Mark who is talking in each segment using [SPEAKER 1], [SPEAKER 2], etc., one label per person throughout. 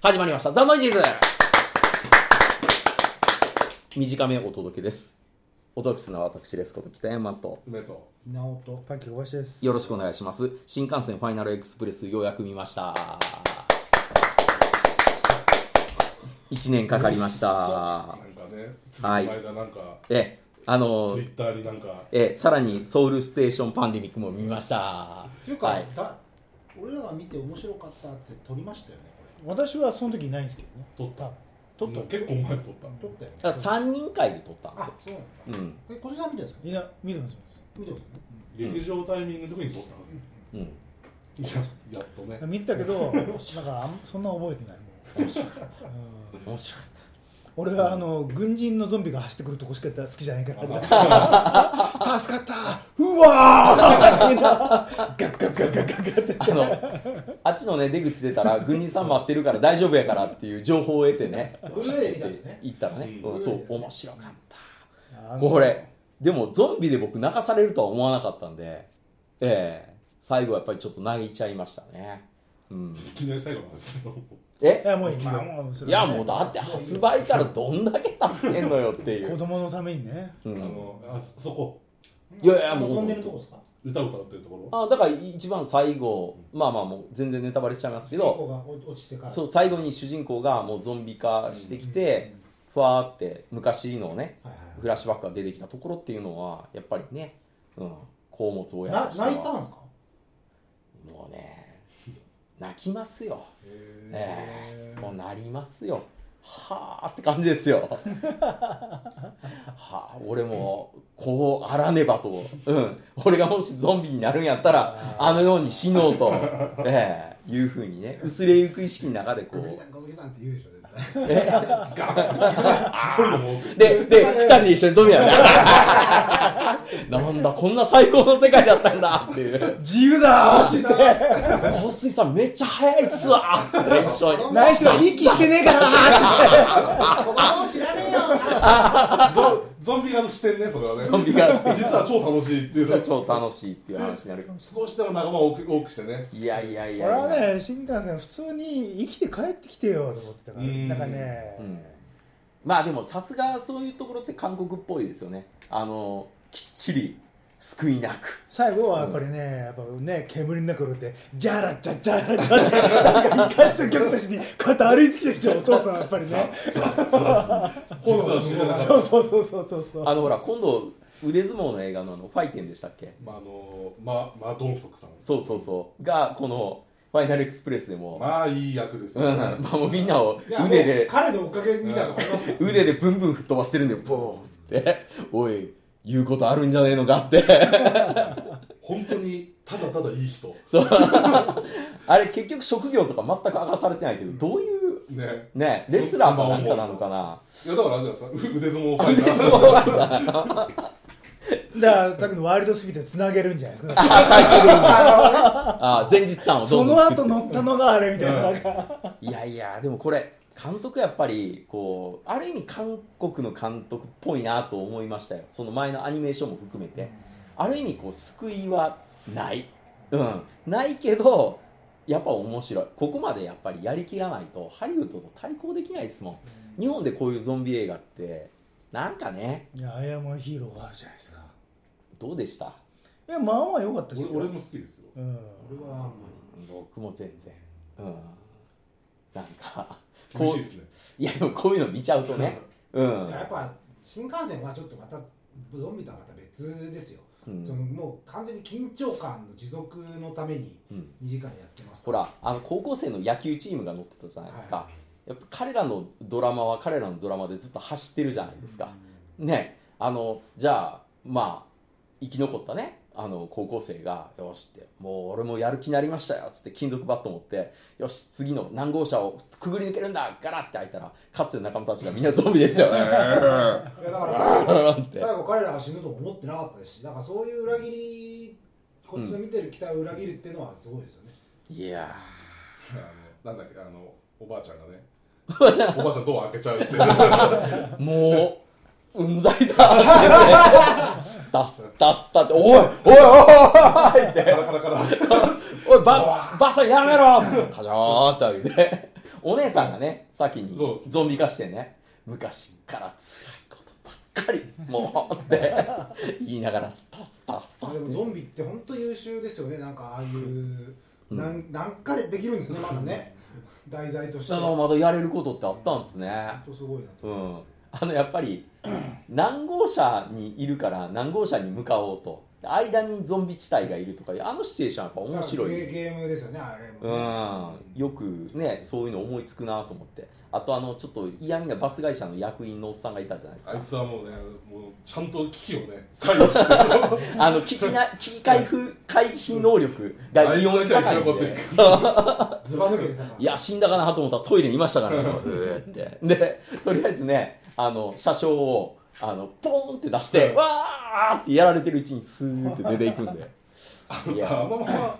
[SPEAKER 1] 始まりました。ザ・ノイジーズ短めお届けです。お届けするのは私ですこと北山と。
[SPEAKER 2] 梅と
[SPEAKER 3] なおとパンキー小林です。
[SPEAKER 1] よろしくお願いします。新幹線ファイナルエクスプレスようやく見ました。1年かかりました
[SPEAKER 2] なん。かね
[SPEAKER 1] はい
[SPEAKER 2] この間なんか
[SPEAKER 1] え、あの
[SPEAKER 2] ツイ、ッターになんか
[SPEAKER 1] え、さらにソウルステーションパンデミックも見ました。
[SPEAKER 3] ていうか、
[SPEAKER 1] はい
[SPEAKER 3] だ俺らが見て面白かったって撮りましたよね、こ
[SPEAKER 4] 私はその時いないんですけどね
[SPEAKER 2] 撮った
[SPEAKER 4] 撮った
[SPEAKER 2] 結構前に撮っ
[SPEAKER 3] れ。撮ったよね。
[SPEAKER 1] だから3人会で撮ったんで
[SPEAKER 3] あ、そうなんだ。
[SPEAKER 1] すよ。うん。
[SPEAKER 3] え、こちら見てるんですか
[SPEAKER 4] いや見てますよ
[SPEAKER 3] 見てますよね。
[SPEAKER 2] た劇場タイミングの時に撮ったはず
[SPEAKER 1] うん。
[SPEAKER 2] いややっとね
[SPEAKER 4] 見たけ どなんかあんそんな覚えてないもううん
[SPEAKER 1] 面白かっ
[SPEAKER 4] 俺はあの軍人のゾンビが走ってくるとこしか好きじゃないか ら助かったうわーってみんなガッガッガッガッガッガッって
[SPEAKER 1] た。あの、あっちのね、出口出た ら、軍人さん待ってるから大丈夫やからっていう情報を得てね、
[SPEAKER 3] ブルーレイ見たんだよね
[SPEAKER 1] 行ったらね、
[SPEAKER 2] うん
[SPEAKER 1] うんそう、面白かった。
[SPEAKER 4] あの
[SPEAKER 1] これでもゾンビで僕泣かされるとは思わなかったんでええ最後はやっぱりちょっと泣いちゃいましたねうん
[SPEAKER 2] いきなり最後なんですけど
[SPEAKER 4] い
[SPEAKER 1] え
[SPEAKER 4] やもういいけど
[SPEAKER 3] まあ
[SPEAKER 4] もうそ
[SPEAKER 1] い
[SPEAKER 4] れは
[SPEAKER 1] や
[SPEAKER 4] ね
[SPEAKER 1] もうだって発売からどんだけ経ってんのよってい
[SPEAKER 4] 子
[SPEAKER 1] う、
[SPEAKER 4] 供のためにね
[SPEAKER 1] う
[SPEAKER 2] あ
[SPEAKER 1] ん、
[SPEAKER 2] のあそこ
[SPEAKER 1] いやいやも
[SPEAKER 3] も
[SPEAKER 1] う
[SPEAKER 3] う飛んでるとこですか
[SPEAKER 2] 歌歌ってるところ
[SPEAKER 1] あだから一番最後まあまあもう全然ネタバレしちゃいますけ
[SPEAKER 3] 子
[SPEAKER 1] ど
[SPEAKER 3] が落落ちてから。
[SPEAKER 1] そう最後に主人公がもうゾンビ化してきてふわーって昔のね
[SPEAKER 3] はいはい
[SPEAKER 1] フラッシュバックが出てきたところっていうのはやっぱりね、うん、子を持つ親と
[SPEAKER 3] な
[SPEAKER 1] しては
[SPEAKER 3] 泣いたんですか
[SPEAKER 1] もうね泣きますよえ
[SPEAKER 3] へ
[SPEAKER 1] え
[SPEAKER 3] ー
[SPEAKER 1] もうなりますよはあって感じですよ はあ俺もこうあらねばと、うん、俺がもしゾンビになるんやったらあのように死のうと、ええいうふうにね薄れゆく意識の中でこ
[SPEAKER 3] 小杉
[SPEAKER 1] う
[SPEAKER 3] さん、小杉さんって言うでしょ、絶対。
[SPEAKER 2] 一人でも
[SPEAKER 1] でで2人で一緒にゾンビやね なんだこんな最高の世界だったんだっていう
[SPEAKER 4] 自由だーって言って
[SPEAKER 1] 香水さんめっちゃ早いっすわーって一緒に
[SPEAKER 4] ないしは息してねえからなーって言って
[SPEAKER 3] 子供知らねえよ。
[SPEAKER 2] ゾンゾンビ側の視点ねそれはね
[SPEAKER 1] ゾンビ側の視点
[SPEAKER 2] 実は超楽しいっていう
[SPEAKER 1] 超楽しいっていう話になる
[SPEAKER 2] 少しでも仲間を多く多くしてね
[SPEAKER 1] いやいやいやいや
[SPEAKER 4] 俺はね新幹線普通に生きて帰ってきてよと思ってたから
[SPEAKER 2] うん
[SPEAKER 4] なんかね、
[SPEAKER 1] うんまあでもさすがそういうところって韓国っぽいですよねあのきっちり救いなく
[SPEAKER 4] 最後はやっぱりね、やっぱね煙の中でってジャラジャジャラジャってなんか生かしてる客たちにこうやって歩いてきてるじゃんお父さんはやっぱりね
[SPEAKER 2] 実は知らなか
[SPEAKER 4] そ
[SPEAKER 2] っ
[SPEAKER 4] うそうそうそうそうそう
[SPEAKER 1] あのほら今度腕相撲の映画のあのファイテンでしたっけ
[SPEAKER 2] たまああのまマドンソクさん
[SPEAKER 1] そうそうそうがこのファイナルエクスプレスでも、
[SPEAKER 2] まあいい役です
[SPEAKER 1] うん
[SPEAKER 2] よね
[SPEAKER 1] まあもうみんなを
[SPEAKER 3] いやもう
[SPEAKER 1] 腕で
[SPEAKER 3] 彼の追っかけみたいなのありますけど。
[SPEAKER 1] 腕でブンブン吹っ飛ばしてるんでボーンっておい言うことあるんじゃねえのかって
[SPEAKER 2] 本当にただただいい人
[SPEAKER 1] あれ結局職業とか全く明かされてないけどどういう
[SPEAKER 2] ね
[SPEAKER 1] ねレスラーかなんかなのかない
[SPEAKER 2] やだからあれじゃないですか腕相撲ファイター
[SPEAKER 4] だからさっきのワイルドスピードにつなげるんじゃないですか
[SPEAKER 1] あ最終的にあ前日さんをど
[SPEAKER 4] そ
[SPEAKER 1] んど
[SPEAKER 4] の
[SPEAKER 1] ん作って
[SPEAKER 4] 後乗ったのがあれみたいななんか
[SPEAKER 1] いやいやでもこれ監督やっぱりこうある意味韓国の監督っぽいなと思いましたよその前のアニメーションも含めてある意味こう救いはないうんないけどやっぱ面白いここまでやっぱりやりきらないとハリウッドと対抗できないですもん日本でこういうゾンビ映画ってなんかね
[SPEAKER 4] いやアイアムアヒーローがあるじゃないですか
[SPEAKER 1] どうでした
[SPEAKER 4] いやまあまあ良かったですよ
[SPEAKER 2] 俺俺も好きですよ
[SPEAKER 4] うん、
[SPEAKER 3] 俺はあんま
[SPEAKER 1] 僕も全然うんなんか
[SPEAKER 2] 厳
[SPEAKER 1] こ
[SPEAKER 2] し
[SPEAKER 1] う
[SPEAKER 2] いですね
[SPEAKER 1] いやでもこういうの見ちゃうとねうん
[SPEAKER 3] り。やっぱ、新幹線はちょっとまた、ゾンビとはまた別ですよ。
[SPEAKER 1] うん
[SPEAKER 3] そのもう完全に緊張感の持続のために
[SPEAKER 1] うん
[SPEAKER 3] 2時間やってます
[SPEAKER 1] ほ
[SPEAKER 3] から
[SPEAKER 1] らあの高校生の野球チームが乗ってたじゃないですか、やっぱ彼らのドラマは彼らのドラマでずっと走ってるじゃないですか、ねあのじゃあまあ生き残ったねあの高校生が「よし」って「もう俺もやる気になりましたよ」つって金属バット持って「よし次の何号車をくぐり抜けるんだガラッ!」て開いたらかつての仲間たちがみんなゾンビですよね
[SPEAKER 3] いやだから最後
[SPEAKER 1] って
[SPEAKER 3] 最後彼らが死ぬとも思ってなかったですしだからそういう裏切りこっちの見てる期待を裏切るっていうのはすごいですよね、
[SPEAKER 1] いや
[SPEAKER 2] あのなんだっけあのおばあちゃんがねおばあちゃんドア開けちゃうって
[SPEAKER 1] ーもううんざりだスタスタスタって「おいおいおいおい!」って
[SPEAKER 2] カラカラカラ
[SPEAKER 1] おい、ば、ばあさんやめろって、カチャーってあげて、お姉さんがね先に
[SPEAKER 2] そ
[SPEAKER 1] ゾンビ化してね昔から辛いことばっかりもうって言いながらスタスタスタ
[SPEAKER 3] あでもゾンビって本当優秀ですよねなんかああいうなんなんかでできるんですねまだね題材として
[SPEAKER 1] だから
[SPEAKER 3] 本
[SPEAKER 1] まだやれることってあったんですね
[SPEAKER 3] 当すごいな
[SPEAKER 1] う
[SPEAKER 3] と
[SPEAKER 1] んあのやっぱ り何号車にいるから何号車に向かおうと間にゾンビ地帯がいるとかいうあのシチュエーションやっぱ面白い
[SPEAKER 3] ゲゲームですよねあれも
[SPEAKER 1] う
[SPEAKER 3] ね
[SPEAKER 1] ん、よくねそういうの思いつくなと思ってあとあのちょっと嫌味なバス会社の役員のおっさんがいたじゃないです
[SPEAKER 2] あい
[SPEAKER 1] か
[SPEAKER 2] つはもうねもうちゃんと危機をね左右して
[SPEAKER 1] あの危機な 危機回復回避能力が異様に高いん
[SPEAKER 2] あいつだけは生き残って
[SPEAKER 1] で
[SPEAKER 2] る
[SPEAKER 3] ずば抜けてたから
[SPEAKER 1] いや死んだかなと思ったらトイレにいましたからねうーってでとりあえずねあの車掌をあのポーンって出してわーってやられてるうちにスーって出ていくんでいや
[SPEAKER 2] あのまま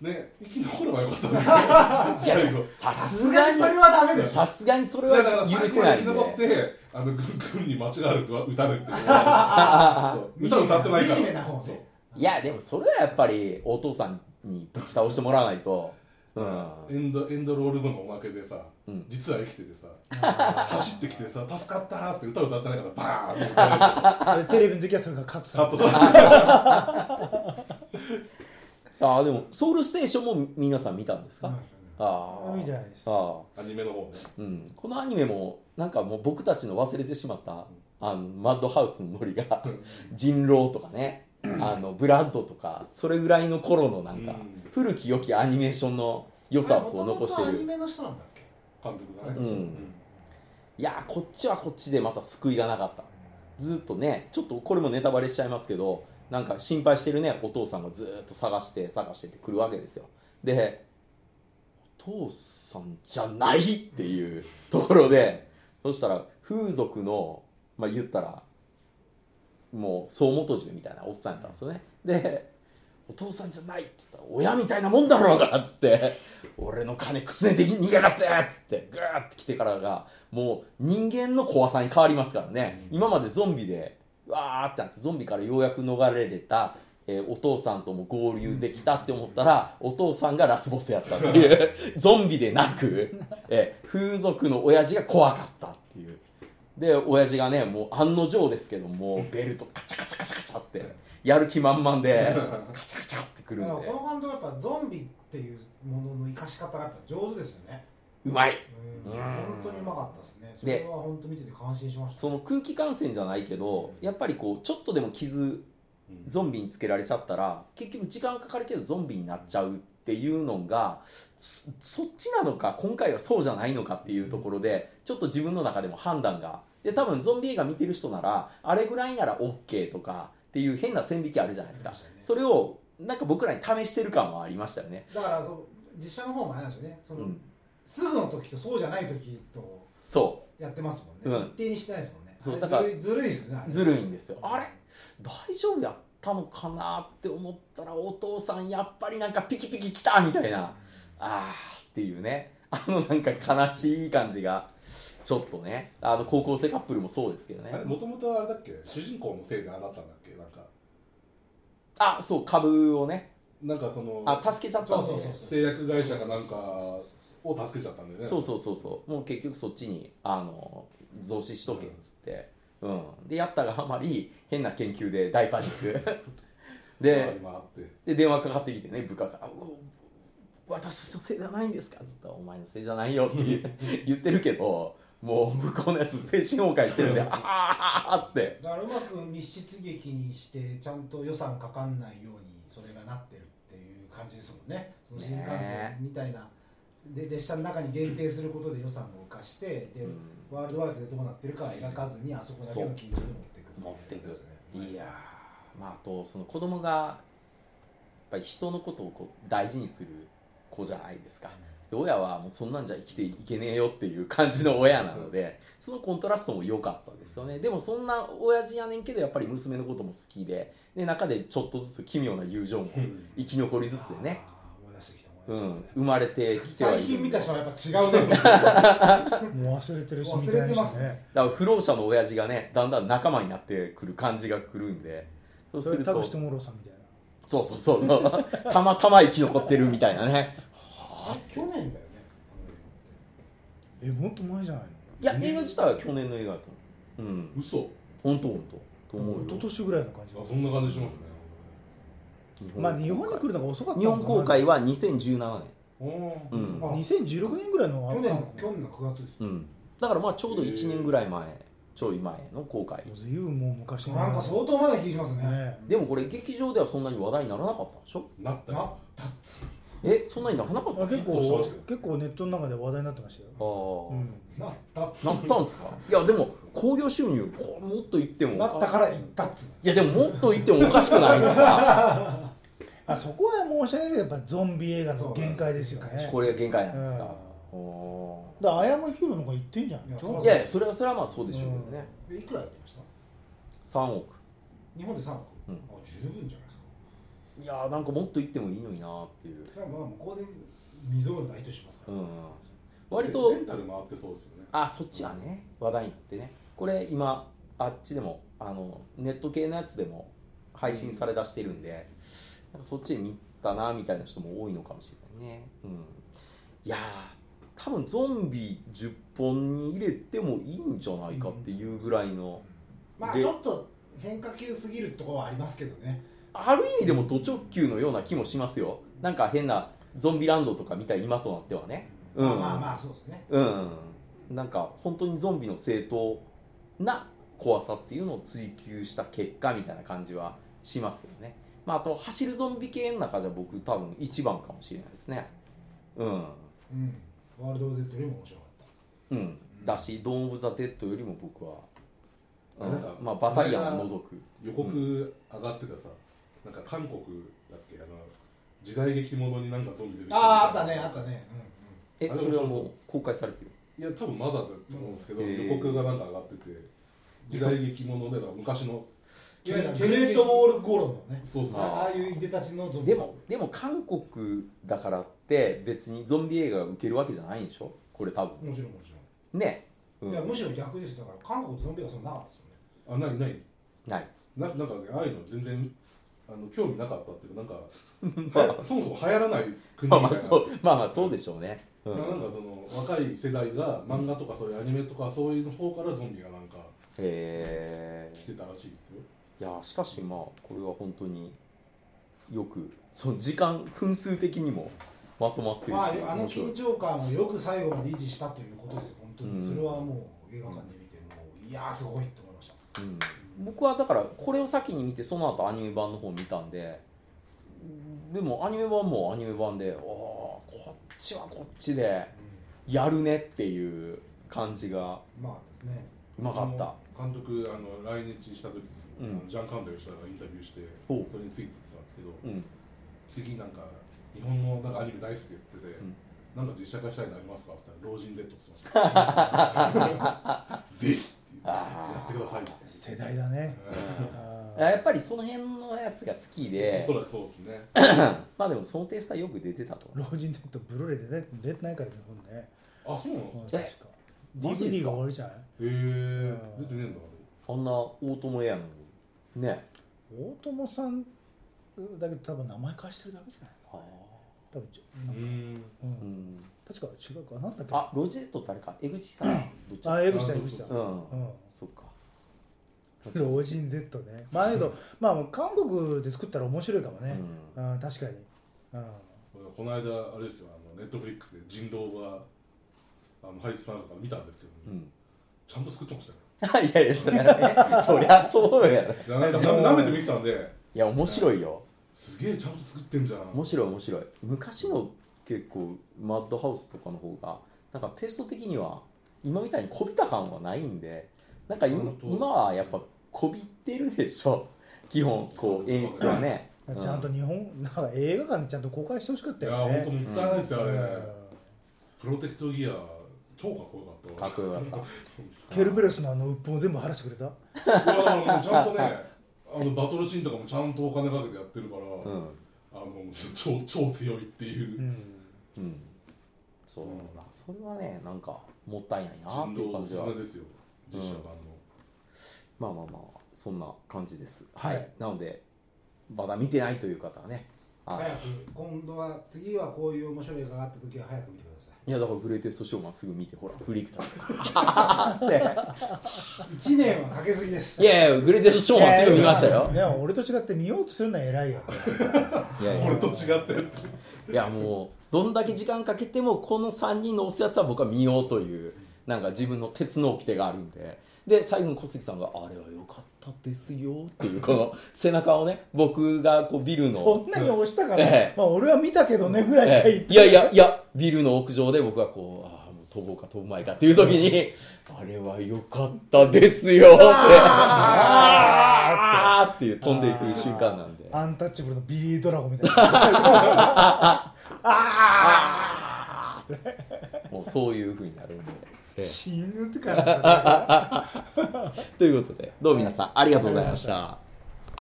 [SPEAKER 2] ね生き残ればよかったね最後
[SPEAKER 1] さ
[SPEAKER 3] さ
[SPEAKER 1] す
[SPEAKER 3] す
[SPEAKER 1] が
[SPEAKER 3] が
[SPEAKER 1] に
[SPEAKER 3] にそれはダメでしょ
[SPEAKER 1] さすがにそれ
[SPEAKER 2] いや
[SPEAKER 1] は
[SPEAKER 2] だから
[SPEAKER 1] 許
[SPEAKER 2] 最後
[SPEAKER 1] せ
[SPEAKER 2] ま
[SPEAKER 1] ないん
[SPEAKER 2] で生き
[SPEAKER 1] で
[SPEAKER 2] 残ってあの軍軍に間違われては撃たれてそう歌歌ってないから
[SPEAKER 3] 惨めな方
[SPEAKER 2] そう
[SPEAKER 3] ね
[SPEAKER 1] いやでもそれはやっぱりお父さんにぶち倒してもらわないと、うん、
[SPEAKER 2] エンドエンドロール後のおまけでさ、
[SPEAKER 1] うん
[SPEAKER 2] 実は生きててさ 走ってきてさ「助かった!」っつって歌歌ってないからバーンって撃た れて
[SPEAKER 4] でテレビの時はそれがカット
[SPEAKER 2] カ
[SPEAKER 4] され
[SPEAKER 2] ッ
[SPEAKER 4] て
[SPEAKER 2] トされて
[SPEAKER 1] ああでもソウルステーションも皆さん見たんですか、
[SPEAKER 3] うん
[SPEAKER 1] ああ
[SPEAKER 4] みたいです
[SPEAKER 1] ああ、
[SPEAKER 2] アニメの方ね
[SPEAKER 1] うん、このアニメもなんかもう僕たちの忘れてしまったあのマッドハウスのノリが人狼とかねあのブラッドとかそれぐらいの頃のなんか
[SPEAKER 2] うん
[SPEAKER 1] 古き良きアニメーションの良さをこう残して
[SPEAKER 3] あれ元々アニ
[SPEAKER 1] る
[SPEAKER 3] メの人なんだっけ
[SPEAKER 2] 監督がね、
[SPEAKER 1] うんいやーこっちはこっちでまた救いがなかったずっとねちょっとこれもネタバレしちゃいますけどなんか心配してるねお父さんがずーっと探して探してってくるわけですよでお父さんじゃないっていうところでそしたら風俗のまあ言ったらもう総元締めみたいなおっさんやったんですよねでお父さんじゃないって言ったら親みたいなもんだろうがっつって俺の金くすねて逃げやがってっつってグーって来てからがもう人間の怖さに変わりますからね、今までゾンビでわーってなってゾンビからようやく逃れれた、えーお父さんとも合流できたって思ったら、お父さんがラスボスやったっていうゾンビでなく、えー風俗の親父が怖かったっていうで親父がねもう案の定ですけどもうベルトカチャカチャカチャカチャってやる気満々でカチャカチャってくる
[SPEAKER 3] だから
[SPEAKER 1] んで
[SPEAKER 3] この監督はやっぱゾンビっていうものの生かし方がやっぱ上手ですよね
[SPEAKER 1] うまい
[SPEAKER 3] うん
[SPEAKER 1] うん
[SPEAKER 3] 本当にうまかったですねそれは本当見てて感心しました
[SPEAKER 1] その空気感染じゃないけどやっぱりこうちょっとでも傷
[SPEAKER 2] うん
[SPEAKER 1] ゾンビにつけられちゃったら結局時間かかるけどゾンビになっちゃうっていうのがそそっちなのか今回はそうじゃないのかっていうところでちょっと自分の中でも判断がで多分ゾンビ映画見てる人ならあれぐらいなら OK とかっていう変な線引きあるじゃないです
[SPEAKER 3] あ
[SPEAKER 1] か
[SPEAKER 3] りましたね
[SPEAKER 1] それをなんか僕らに試してる感はありましたよね、
[SPEAKER 3] だからそう実写の方もあれなんですよねそうの、
[SPEAKER 1] ん、
[SPEAKER 3] すぐの時とそうじゃない時と
[SPEAKER 1] そう
[SPEAKER 3] やってますもんね、
[SPEAKER 1] うん
[SPEAKER 3] 一定にしてないですもんね
[SPEAKER 1] そう
[SPEAKER 3] あれ
[SPEAKER 1] だから
[SPEAKER 3] ずるいずるいですよねあれ
[SPEAKER 1] ずるいんですよあれ大丈夫やったのかなって思ったらお父さんやっぱりなんかピキピキきたみたいなあーっていうねあのなんか悲しい感じがちょっとねあの高校生カップルもそうですけどね
[SPEAKER 2] あれもともとあれだっけ主人公のせいでああなったんだっけなんか
[SPEAKER 1] あそう株をね
[SPEAKER 2] なんかその
[SPEAKER 1] あ助けちゃったんで
[SPEAKER 3] そうそうそう
[SPEAKER 2] 製薬会社かなんかを助けちゃったんだよね
[SPEAKER 1] そうそうそうそうもう結局そっちにあの増資しとけっつって、うんでやったがあまり変な研究で大パニッ クで
[SPEAKER 2] 今あって
[SPEAKER 1] で電話かかってきてね部下からうお「私のせいじゃないんですか?」っつったら「お前のせいじゃないよ」って 言う言ってるけどもう向こうのやつ精神崩壊してるんで「 ああ!」って
[SPEAKER 3] だからうまく密室劇にしてちゃんと予算かかんないようにそれがなってるっていう感じですもんねその新幹線みたいな、で列車の中に限定することで予算を浮かしてで、ワールドワイドでどうなってるかは描かずにあそこだけの緊張で持っていく
[SPEAKER 1] 持ってく
[SPEAKER 3] ですね
[SPEAKER 1] いやーまああとその子供がやっぱり人のことをこう大事にする子じゃないですかで親はもうそんなんじゃ生きていけねえよっていう感じの親なのでそのコントラストも良かったですよねでもそんな親父やねんけどやっぱり娘のことも好きでで中でちょっとずつ奇妙な友情も生き残りずつでね
[SPEAKER 3] あー思い出してきた
[SPEAKER 1] う
[SPEAKER 3] 思い出して
[SPEAKER 1] ん、
[SPEAKER 3] き
[SPEAKER 1] 生まれてきて
[SPEAKER 3] た、
[SPEAKER 1] はい
[SPEAKER 3] 最
[SPEAKER 1] る
[SPEAKER 3] 近見た人はやっぱ違うね
[SPEAKER 4] もう忘れてるし
[SPEAKER 3] 忘れてます
[SPEAKER 4] みたいな人ね
[SPEAKER 1] だから不老者の親父がねだんだん仲間になってくる感じがくるんでそう
[SPEAKER 4] そ
[SPEAKER 1] す
[SPEAKER 4] れ
[SPEAKER 1] る
[SPEAKER 4] 田
[SPEAKER 1] と
[SPEAKER 4] 口智郎さんみたいな
[SPEAKER 1] そうそうそうそうたまたま生き残ってるみたいなね
[SPEAKER 3] あ去年だよね
[SPEAKER 4] えもっと前じゃない
[SPEAKER 1] いや映画自体は去年の映画だと思ううん
[SPEAKER 2] 嘘
[SPEAKER 1] 本当本当と
[SPEAKER 4] の
[SPEAKER 1] 思う
[SPEAKER 4] 一昨
[SPEAKER 1] よ
[SPEAKER 4] 年ぐらいの感じ
[SPEAKER 2] あそんな感じしますね
[SPEAKER 4] まあ日本に来るのが遅かった
[SPEAKER 1] 日本公開
[SPEAKER 4] は
[SPEAKER 1] は2017年
[SPEAKER 2] おお
[SPEAKER 1] う
[SPEAKER 2] ー
[SPEAKER 1] ん、
[SPEAKER 3] あ
[SPEAKER 4] 2016年ぐらいの
[SPEAKER 3] 去年の去年の9月です
[SPEAKER 1] うん、だからまあちょうど1年ぐらい前、ちょい前の公開
[SPEAKER 4] ずいぶんもう昔の
[SPEAKER 3] なんか相当前な気がしますね
[SPEAKER 4] ね
[SPEAKER 1] でもこれ劇場ではそんなに話題にならなかったんでしょ
[SPEAKER 2] なった
[SPEAKER 3] な
[SPEAKER 2] よ
[SPEAKER 3] ったっつう
[SPEAKER 1] えそんなにならなかった
[SPEAKER 4] あ
[SPEAKER 1] あ
[SPEAKER 2] ヒ
[SPEAKER 4] 結
[SPEAKER 2] ットしてま
[SPEAKER 4] 構
[SPEAKER 2] すけど
[SPEAKER 4] 結構ネットの中で話題になってましたよ
[SPEAKER 1] あ、ー
[SPEAKER 4] うん、
[SPEAKER 3] なったっつう
[SPEAKER 1] なったんですかいやでも興行収入こうもっと言っても
[SPEAKER 3] なったから行ったっつう
[SPEAKER 1] いやでももっと言ってもおかしくないですか
[SPEAKER 4] あそこは申し訳ないけどやっぱゾンビ映画の限界ですよね
[SPEAKER 1] これが限界なんですか、お
[SPEAKER 4] だからアヤマヒーローの方が言ってんじゃん
[SPEAKER 3] いや
[SPEAKER 4] ちょうど
[SPEAKER 1] ーいやいやそれはそれはまあそうでしょうけどね、
[SPEAKER 3] でいくらやってました
[SPEAKER 1] 3億
[SPEAKER 3] 日本で3億、
[SPEAKER 1] うん
[SPEAKER 3] あ十分じゃないです
[SPEAKER 1] いやーなんかもっと言ってもいいのになーっていう、
[SPEAKER 3] かだからまあ向こうで未曾有の大ヒットしますか
[SPEAKER 1] う
[SPEAKER 3] ら、
[SPEAKER 1] ん、割と
[SPEAKER 2] レンタル回ってそうですよね
[SPEAKER 1] あそっちはね話題になってねこれ今あっちでもあのネット系のやつでも配信されだしてるんで、なんかそっちで見たなみたいな人も多いのかもしれないね、うん、いやー多分ゾンビ10本に入れてもいいんじゃないかっていうぐらいの、
[SPEAKER 3] まあ
[SPEAKER 1] で
[SPEAKER 3] ちょっと変化球すぎるところはありますけどね
[SPEAKER 1] ある意味でもド直球のような気もしますよなんか変なゾンビランドとか見たい今となってはねうん
[SPEAKER 3] まあまあまあそうですね
[SPEAKER 1] うん、なんか本当にゾンビの正当な怖さっていうのを追求した結果みたいな感じはしますけどね、まあ、あと走るゾンビ系の中じゃ僕多分一番かもしれないですねうん
[SPEAKER 3] うんワールド・オブ・デッドよりも面白かっ
[SPEAKER 1] うんだし「ドーン・オブ・ザ・デッド」よりも僕は、う
[SPEAKER 2] なんか
[SPEAKER 1] ん、まあバタリアンを除く
[SPEAKER 2] 予告上がってたさ、なんか韓国だっけあの時代劇ものになんかゾンビ出てき
[SPEAKER 3] たあああったねあったね
[SPEAKER 1] え
[SPEAKER 2] あでも
[SPEAKER 1] それは
[SPEAKER 2] そう
[SPEAKER 1] も
[SPEAKER 2] そう
[SPEAKER 1] 公開されてる
[SPEAKER 2] いや多分まだだと思うんですけど、
[SPEAKER 1] うんへー
[SPEAKER 2] 予告がなんか上がってて時代劇ものでだから昔の
[SPEAKER 3] うんいわゆるグレート・ウォール・ゴロンのね
[SPEAKER 2] そうそう
[SPEAKER 3] ああいういでたちのゾンビ
[SPEAKER 1] でもでも韓国だからって別にゾンビ映画が受けるわけじゃないんでしょこれ多分
[SPEAKER 3] もちろんもち
[SPEAKER 1] ね、う
[SPEAKER 3] ろん、
[SPEAKER 1] ん、
[SPEAKER 3] いやむしろ逆ですよだから韓国ゾンビがそんななかったですよね
[SPEAKER 2] あないない
[SPEAKER 1] ない
[SPEAKER 2] ななんかねああいうの全然あの興味なかったっていうかなん か、はやそもそも流行らない国み
[SPEAKER 1] まあま
[SPEAKER 2] たいな
[SPEAKER 1] あそうまあまあそうでしょうね、うん
[SPEAKER 2] なんかその若い世代が漫画とかそういうアニメとかそういうの方からゾンビがなんか
[SPEAKER 1] へ
[SPEAKER 2] 来
[SPEAKER 1] え
[SPEAKER 2] てたらしいですよ
[SPEAKER 1] いやしかしまあこれは本当によくその時間分数的にもまとまってるし、
[SPEAKER 3] まあ、あの
[SPEAKER 1] 面白い
[SPEAKER 3] 緊張感をよく最後まで維持したということですよ、本当に、
[SPEAKER 1] うん
[SPEAKER 3] それはもう映画館で見て、もういやー、すごいと思いました。
[SPEAKER 1] うん、僕はだからこれを先に見てその後アニメ版の方を見たんででもアニメ版もアニメ版でああこっちはこっちでやるねっていう感じが
[SPEAKER 3] うまあですね、
[SPEAKER 1] うまかった
[SPEAKER 2] あの監督あの来日した時に、
[SPEAKER 1] うん
[SPEAKER 2] あのジャン・カンド吉田がインタビューしてそ
[SPEAKER 1] お
[SPEAKER 2] れについてたんですけど、
[SPEAKER 1] うん
[SPEAKER 2] 次なんか日本のなんかアニメ大好きって言ってて、
[SPEAKER 1] ん
[SPEAKER 2] なんか実写化したいのありますかって言ったら「老人 Z」って言っ てました「ぜひ!」っていう
[SPEAKER 1] あー
[SPEAKER 2] やってくださいって
[SPEAKER 4] 世代だねあー
[SPEAKER 1] やっぱりその辺のやつが好きで
[SPEAKER 2] おそらくそうですね
[SPEAKER 1] まあでもそのテイストはよく出てたと
[SPEAKER 4] 老人ネットブルーレイでね出てないからね本ね
[SPEAKER 2] あそうなんですか
[SPEAKER 4] 確か
[SPEAKER 1] マジですか
[SPEAKER 4] DVD が終わりじゃない
[SPEAKER 2] へえ出てねえんだ
[SPEAKER 1] あんな大友やのにね
[SPEAKER 4] 大友さんだけど多分名前貸してるだけじゃない多分、
[SPEAKER 2] あれうん
[SPEAKER 4] う、
[SPEAKER 1] うんん
[SPEAKER 4] 確か違うかなんだっけ
[SPEAKER 1] あロジェット誰か江口さんどっち
[SPEAKER 4] あ江口さん江口さん
[SPEAKER 1] う
[SPEAKER 4] うんん
[SPEAKER 1] そっか
[SPEAKER 4] 老人 Z ねまあだけどまあ韓国で作ったら面白いかもね
[SPEAKER 1] う
[SPEAKER 4] うん、確かにうん
[SPEAKER 2] この間あれですよあのネットフリックスで人狼があのハリス・さんとか見たんですけど、
[SPEAKER 1] うん
[SPEAKER 2] ちゃんと作ってましたよ
[SPEAKER 1] いやいやそりゃねそりゃそうやね
[SPEAKER 2] いやなんかな舐めて見てたんで
[SPEAKER 1] いや面白いよ
[SPEAKER 2] すげえちゃんと作ってんじゃん
[SPEAKER 1] 面白い面白い昔の結構マッドハウスとかの方がなんかテイスト的には今みたいにこびた感はないんでなんか今
[SPEAKER 2] 本当
[SPEAKER 1] 今はやっぱこびってるでしょ基本こう演出はね
[SPEAKER 4] だからちゃんと日本なんか映画館でちゃんと公開してほしかった
[SPEAKER 2] いや
[SPEAKER 4] よね
[SPEAKER 2] 本当もったいないですよ、
[SPEAKER 4] う
[SPEAKER 2] あれ、
[SPEAKER 4] ん
[SPEAKER 2] プロテクトギア超かっこよ
[SPEAKER 1] か
[SPEAKER 2] かっ
[SPEAKER 1] っこよかった
[SPEAKER 4] ケルベロスのあの鬱憤を全部晴らしてくれた
[SPEAKER 2] たいやだからもうちゃんとねあのバトルシーンとかもちゃんとお金かけてやってるから、
[SPEAKER 1] うん
[SPEAKER 2] あの超超強いっていううん
[SPEAKER 1] うんそう
[SPEAKER 2] うん
[SPEAKER 1] まあそれはねなんかもったいないなってい
[SPEAKER 2] 人
[SPEAKER 1] う
[SPEAKER 2] 道お
[SPEAKER 1] 感
[SPEAKER 2] す
[SPEAKER 1] じ
[SPEAKER 2] す
[SPEAKER 1] は
[SPEAKER 2] めですよ実写版の、
[SPEAKER 1] まあまあまあそんな感じですはい、
[SPEAKER 4] はい
[SPEAKER 1] なのでまだ見てないという方はねあ
[SPEAKER 3] 早く、今度は、次はこういう面白い映画があった時は早く見てください。
[SPEAKER 1] いやだからグレイテストショーマンすぐ見てほらフリークター って
[SPEAKER 3] 1年はかけすぎです
[SPEAKER 1] いやいやグレイテストショーマンすぐ見ましたよ
[SPEAKER 4] いや俺と違って見ようとするのは偉いよ
[SPEAKER 1] いやいや
[SPEAKER 2] 俺と違ってるって
[SPEAKER 1] いやもうどんだけ時間かけてもこの3人の押すやつは僕は見ようというなんか自分の鉄の掟があるんでで最後に小杉さんが「あれは良かったですよ」っていうこの背中をね僕がこうビルの
[SPEAKER 4] そんなに押したから、
[SPEAKER 1] ええ
[SPEAKER 4] まあ、俺は見たけどねぐらいしか言
[SPEAKER 1] ええ
[SPEAKER 4] って
[SPEAKER 1] いやいやいやビルの屋上で僕はこうああもう飛ぼうか飛ぶまいかっていう時に「あれは良かったですよ」って「ああ」っていう飛んでいく瞬間なんで
[SPEAKER 4] アンタッチャブルのビリー・ドラゴンみたいな
[SPEAKER 1] もうそういう風になるんで。ええ
[SPEAKER 4] 死ぬってから
[SPEAKER 1] ということでどうも皆さんありがとうございました。